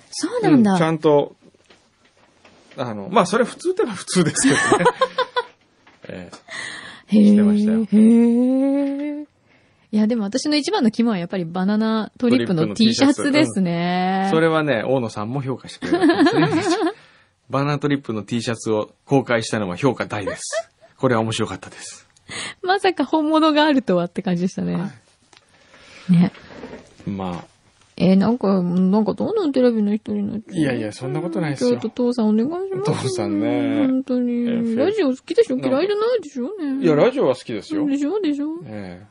そうなん
うちゃ
だ。
んと、あの、まあ、それ普通ってば普通ですけ どね。ええ
へえ。
してましたよ
へえ。いや、でも私の一番の肝はやっぱりバナナトリッ
ト
プ
リップ
の
の T
T
シ
シ
ャ
ャ
ツ
ツですね。
それはね、大野さんも評価してくれたんですね バナナトリップの T シャツを公開したのは評価大です。これは面白かったです。
まさか本物があるとはって感じでしたね。ね。
まあ、
えーなんか、なんかどんどんテレビの人になっちゃう。
いやいやそんなことないっすよ
ちょっと父さんお願いします。
父さんね
本当
え
に。
ー
ラジオ好きでしょ嫌いじゃないでしょね。
いや、ラジオは好きですよ。
でしょでしょ
え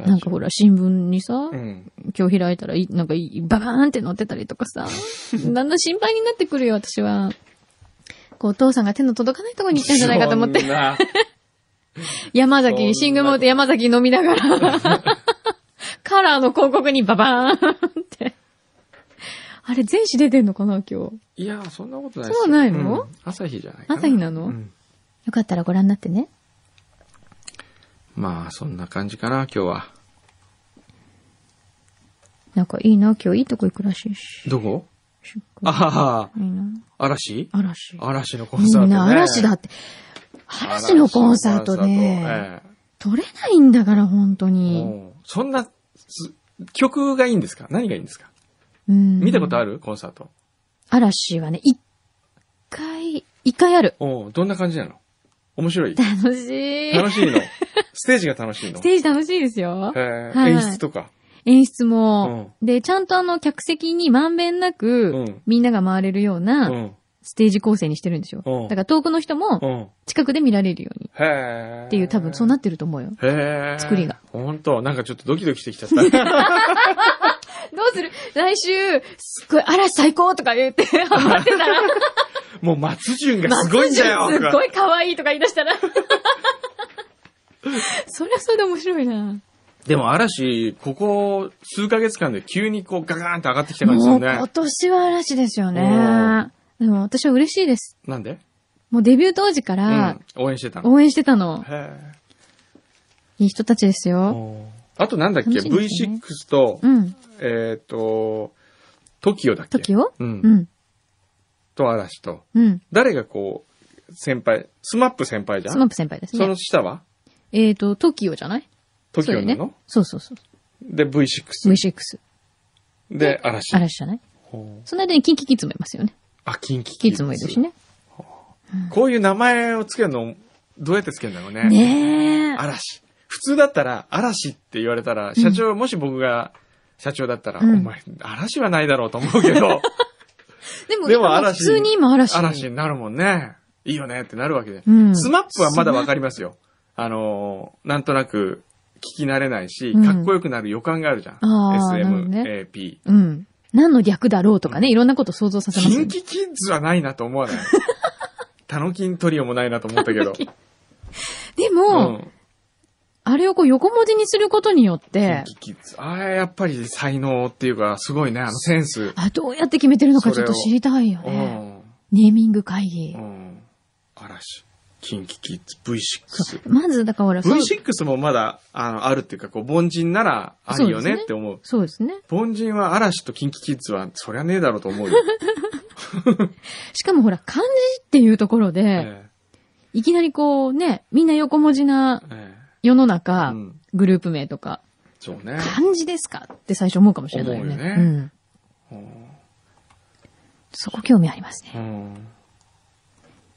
え
なんかほら、新聞にさ
う、ん。
今日開いたらい、なんかい、ババーンって載ってたりと かさ、だんだん心配になってくるよ、私は。こう、父さんが手の届かないところに行ったんじゃないかと思っ
そん
て、
な
山
そんな
崎、シングモート山崎飲みなが ら、カラーの広告にババーンって。あれ、全紙出てんのかな、今日。
いや、そんなことない
そうないの
うん朝日じゃないか
朝日なの、
うん
よかったらご覧になってね。
まあ、そんな感じかな、今日は。
なんかいいな、今日いいとこ行くらしいし。
どこ
しっか
あ
りいいな。
あ、嵐
嵐。
嵐のコン
み
サート、
ん
ね。
な嵐だって。嵐のコンサートね、
え
取れないんだから、本当
え
に。
うんそんな、す曲がいいんですか何がいいんですか見
見
たこと
ある
あるコンサート。
嵐はね、一回、一回ある。
おうどんな感じなの面白い
楽しい。
楽しいのステージが楽しいの
ステージ楽しいですよ。
えー
はい
演出とか。
演出も。で、ちゃんとあの、客席にまんべんな
う
く
ん、
みんなが回れるよう
う。
なんステージ構成にしてるんですよ。
うん
だから遠くの人
う
も
ん。
近くで見られるように
へえ。
っていう、多分そうなってると思うよ。
へえ。
作りが。
ほんと、なんかちょっとドキドキしてきちゃ った。
どうする来週、すっごい嵐最高とか 言って、ハマってたら、
もう松潤がすごいんだよ
松潤すっご
い
い可愛いとか言い出したら。 そりゃそれで面白いな。
でも嵐、ここ数ヶ月間で急にこうガガーンって上がってきた感じだ
も
よ
う今
ね。
年は嵐ですよ
うん
ね。でも私は嬉しいです。
なんで
もうデビュー当時か
う
ら
ん。応援してたの。
応援してた
へ
の。
え。
いい人たちですよ。
あとなんだっけ、
楽しみです
?V6
ね
と、
うん。
えっ、と、TOKIO だっけ
時を
う。
うんん。
と嵐と。
うん。
誰がこう、先輩、スマップ先輩じゃん
スマップ先輩です
そ
ね
の。下は
えっ、と、トキオじゃない
トキオな
そうだよ
の
ね、そうそうそう。
で、V6。
V6。
で、嵐。
嵐じゃない
ほう
その間にキンキキッズもいますよね。
あ、キンキ
キ
キ
ッズもいるし。ね。
こういう名前をつけるの、どうやってつけるんだろうね。
ねえ。
嵐。普通だったら、嵐って言われたら、社長、もし僕が社長だったら、
うん
お前、嵐はないだろうと思うけ ど、
でも、
でも
今
嵐
普通に今嵐。
嵐になるもんね。いいよねってなるわけで。
うん
スマップはまだわかりますよ。あのーなんとなく、聞き慣れないし
う、ん
かっこよくなる予感があるじゃん。
あーなるほど
SM、
ね
AP。
うん。何の略だろうとかね、いろんなこと想像させます
キ
よ
ン
ね。
キキッズはないなと思わ ない。タノキントリオもないなと思ったけど。
でも、
うん
あれをこう横文字にすることによっ
キ
て
ン、キキッズ。ああ、やっぱり才能っていうか、すごいね、あのセンス。
あ、どうやって決めてるのかちょっと知りたいよ
う
ね。
ん。
ネーミング会議
う。ん。嵐。キンキキッズ V6
そう。まず、だからほら、そう
V6 もまだ、あの、あるっていうか、こう、凡人ならあるよねって思う。
そうですね。
凡人は嵐とキンキキッズは、そりゃねえだろうと思うよ。
しかもほら、漢字っていうところで、
え
いきなりこうね、みんな横文字な
ええ
世の
え
中、
うん。
グループ名とか、
そうね。
漢字ですかって最初思うかもしれないよね。
思うよね
うん。そこ興味あります
う
ね。
ん。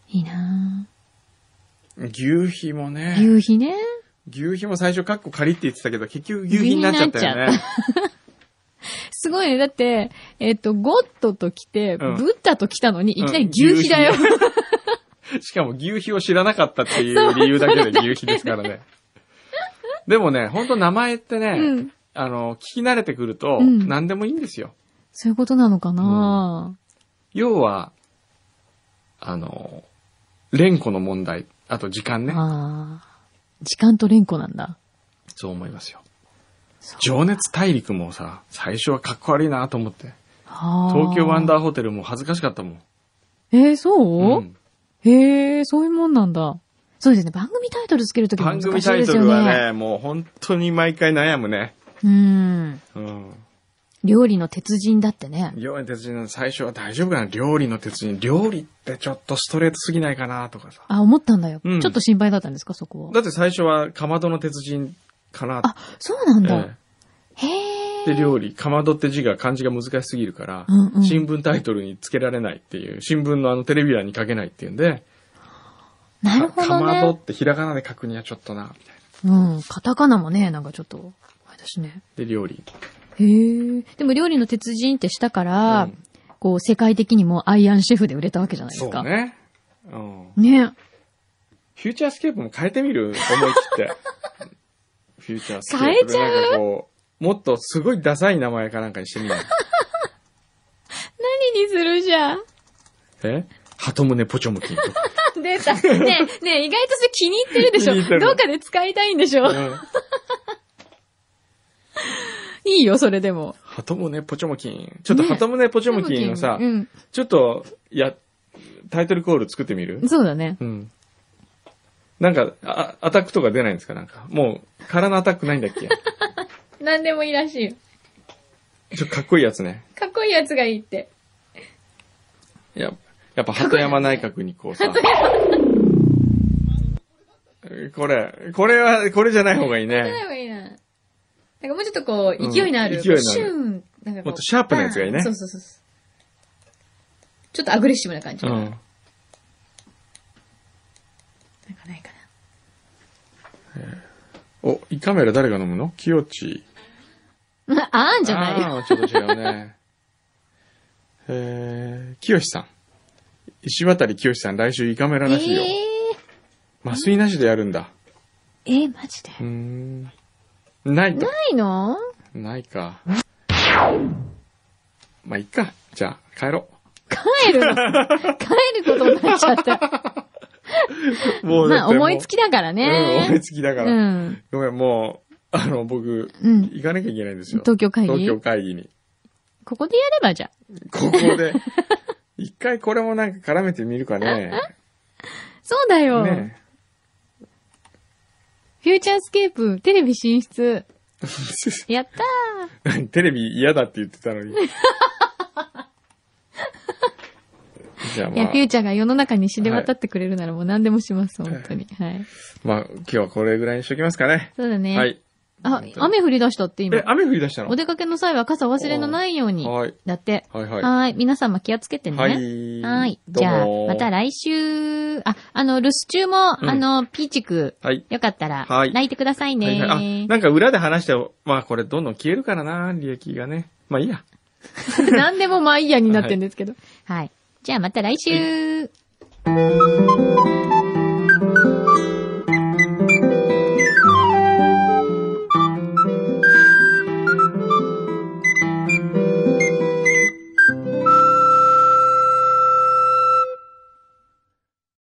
いいな
牛皮も
ぁ
ね。
牛皮ね。
牛皮も最初カッコ仮って言ってたけど、結局牛皮になっちゃったよ
牛皮になっ
ね。
すごいね。だって、えっ、と、ゴッドと来て、
うん
ブッダと来たのに、
うん
いきなり牛皮だよ。
しかも牛皮を知らなかったっていう理由だけで牛皮ですからね。でもね、ほんと名前ってね、
うん
あの、聞き慣れてくると、
うん
何でもいいんですよ。
そういうことなのかな、
要は、あの、連呼の問題、あと時間ね。
ああ。時間と連呼なんだ。
そう思いますよ
そ。
情熱大陸もさ、最初はかっこ悪いなと思って。東
東
京ワン
ー。
ダーホテルも恥ずかしかったもん。
えー、そう、
うん
へえ、そういうもんなんだ。そうですね。番組タイトルつけるときも
番
難しい
組
です
タ
よね。
イトルはね、もう本当に毎回悩むね。
うん。
うん。
料理の鉄人だってね。
料理の鉄人の最初は大丈夫かな料理の鉄人。料理ってちょっとストレートすぎないかなとかさ。
あ、思ったんだよ、
うん
ちょっと心配だったんですか、そこは。
だって最初はかまどの鉄人かな
あ、そうなんだ。
え
へ
え
え。
で、料理。かまどって字が漢字が難しすぎるから、
うんうん
新聞タイトルにつけられないっていう、新聞のあのテレビ欄に書けないっていうんで、
なるほ
かか
ど
まどっ
ね。
てひらがなで書くにはちょっとな、みたいな。
うん。カタカナもね、なんかちょっと、あれだしね。
で、料理。
へえ。でも料理の鉄人ってしたから、
うん
こう、世界的にもアイアンシェフで売れたわけじゃないで
そ
す
う
か。
ね。うん。
ね。
フューチャースケープも変えてみる思い切 って。フューチャースケープ。
変えちゃ
なんかこう、もっとすごいダサい名前かなんかにしてみ ない
何にするじゃん。
え鳩胸ポチョムキンと か。
出た。ねえ、ねえ、意外とそれ気に入ってるでし
気に入ってる
ょ。どうかで使いたいんでしょ。
うん
いいよ、それでも。
鳩胸ポチョムキン。ちょっと鳩胸ポチョムキンのさ、
うん。
ちょっと、や、タイトルコール作ってみる
そうだね。
うん。なんか、あアタックとか出ないんですかなんか。もう、空のアタックないんだっ け
何でもいいらしいよ。
ちょっとかっこいいやつね。
かっこいいやつがいいって。
いや、やっぱ鳩山内閣にこうさ。これ、これは、これじゃない方がいい
で
ね。
もいいな。なんかもうちょっとこ
うん
う、勢いのある。
勢いのある
シューン。なんかこう
もっとシャープなやつがいいね
バーンそうそうそう。ちょっとアグレッシブな感じ。
う
なん
ん。
かないか
お、胃カメラ誰が飲むのキヨチ。
な。 あーんじゃないよ。
あーちょっと違うね。 えー、キヨシさん。石渡キヨシさん、来週胃カメラらしいよ。麻酔なしでやるんだ。
えー、えー、マジで
うーん。ないと。
ないの
ないか。まあ、いっか。じゃあ、帰ろ
帰るの帰ることになっちゃった。
う。も
まあ、思いつ
き
きだから
うん、思い
ね。
つきだか
う
ら。
ん。
ごめん、もう、あの、僕、
うん
行かなきゃいけないんですよ。
東京会
東
議
京会議に。
ここでやればじゃあ。
ここ で。一回これもなんか絡めてみるかね。
そうだよ。
ね
フューチャースケープ、テレビ 進出。やったー。
え テレビ嫌だって言ってたのに。じゃあ
い
ま
や、
あ
フ、ューチャーが世の中に知れ渡ってくれるならもう何でもします、本当に。はい。
まあ、今日はこれぐらいにしときますかね。
そうだね。
はい。
あ、雨降り出したって今
え、。雨降り出したの
お出かけの際は傘忘れのないように。
はい。
だって。
はい
は
はいい。
皆様気をつけてね。
はい。
はい
ど
じ
う
ゃあ、
も
また来週。あ、あの、留守中も、
うん
あの、ピーチク、
はい。
よかったら、
はい
泣いてくださいね。
はいはいあ、 なんか裏で話して、まあこれどんどん消えるからな、利益がね。まあいいや。
何でもまあいいやになってんですけど。はい。じゃあまた来週。